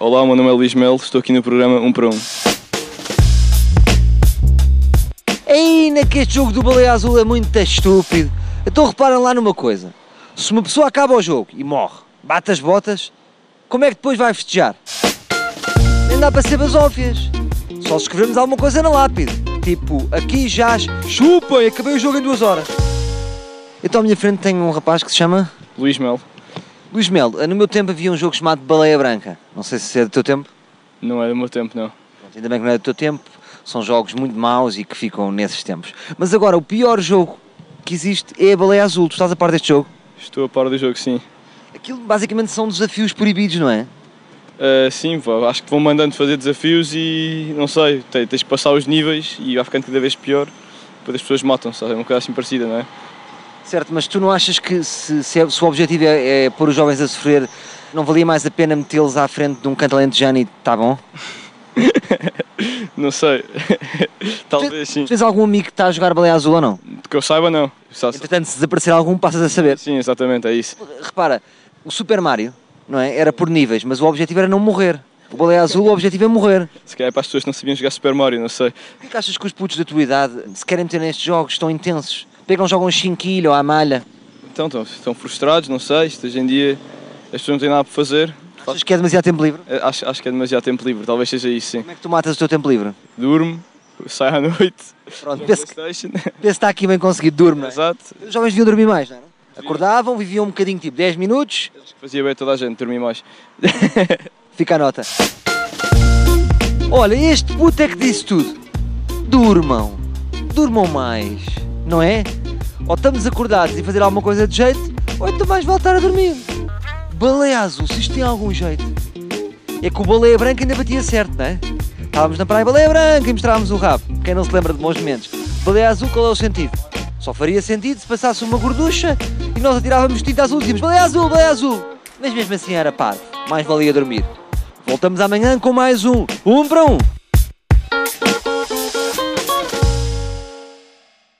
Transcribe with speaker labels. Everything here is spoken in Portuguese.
Speaker 1: Olá, o meu nome é Luís Melo, estou aqui no programa 1 para 1.
Speaker 2: Ainda que este jogo do baleia azul é muito estúpido. Então reparem lá numa coisa. Se uma pessoa acaba o jogo e morre, bate as botas, como é que depois vai festejar? Nem dá para ser basófias. Só se escrevemos alguma coisa na lápide. Tipo, aqui jaz, chupem, acabei o jogo em duas horas. Então à minha frente tenho um rapaz que se chama
Speaker 1: Luís Melo,
Speaker 2: Luís Melo. No meu tempo havia um jogo chamado Baleia Branca. Não sei se é do teu tempo.
Speaker 1: não é do meu tempo, não.
Speaker 2: Pronto, Ainda bem que não é do teu tempo, são jogos muito maus e que ficam nesses tempos. Mas agora, o pior jogo que existe é a Baleia Azul. Tu estás a par deste jogo?
Speaker 1: Estou a par do jogo, sim.
Speaker 2: Aquilo basicamente são desafios proibidos, não é?
Speaker 1: Ah, sim, vá, acho que vão mandando fazer desafios e não sei, te- tens de passar os níveis e vai ficando cada vez pior, depois as pessoas matam, sabe? É uma coisa assim parecida, não é?
Speaker 2: Certo, mas tu não achas que se, se é- se o objetivo é, é pôr os jovens a sofrer, não valia mais a pena metê-los à frente de um canto alentejano e está bom?
Speaker 1: Não sei. Talvez sim.
Speaker 2: Tu tens algum amigo que está a jogar Baleia Azul ou não?
Speaker 1: Que eu saiba, não. Só- só-
Speaker 2: Entretanto, se desaparecer algum, passas a saber.
Speaker 1: Sim, exatamente, é isso.
Speaker 2: Repara, o Super Mario, não é? Era por níveis, mas o objetivo era não morrer. O Baleia Azul, o objetivo é morrer.
Speaker 1: Se calhar é para as pessoas que não sabiam jogar Super Mario, não sei.
Speaker 2: Porquê que achas que os putos da tua idade se querem meter nestes jogos tão intensos? Porquê que não jogam um chinquilho ou à malha?
Speaker 1: Então, estão, estão frustrados, não sei. Isto hoje em dia as pessoas não têm nada para fazer.
Speaker 2: Achas que é demasiado tempo livre?
Speaker 1: É, Acho, acho que é demasiado tempo livre, talvez seja isso, sim.
Speaker 2: Como é que tu matas o teu tempo livre?
Speaker 1: Durmo, saio à noite,
Speaker 2: Pronto,
Speaker 1: jogo
Speaker 2: penso que, penso
Speaker 1: PlayStation.
Speaker 2: que está aqui bem conseguido, durmo. não é?
Speaker 1: né? Exato.
Speaker 2: Os jovens deviam dormir mais, não era? Acordavam, viviam um bocadinho, tipo 10 minutos,
Speaker 1: Acho que Fazia bem a toda a gente, dormir mais.
Speaker 2: fica a nota. Olha, este puto é que disse tudo. Durmam. Durmam mais, não é? Ou estamos acordados e fazer alguma coisa de jeito, ou então vais voltar a dormir. Baleia azul, se isto tem algum jeito. É que o baleia branca ainda batia certo, não é? Estávamos na praia baleia branca e mostrávamos o rabo. Quem não se lembra de bons momentos? Baleia azul, qual é o sentido? Só faria sentido se passasse uma gorducha e nós atirávamos tinta azul e dizíamos baleia azul, baleia azul. Mas mesmo assim era parvo. Mais valia dormir. Voltamos amanhã com mais um. Um para um.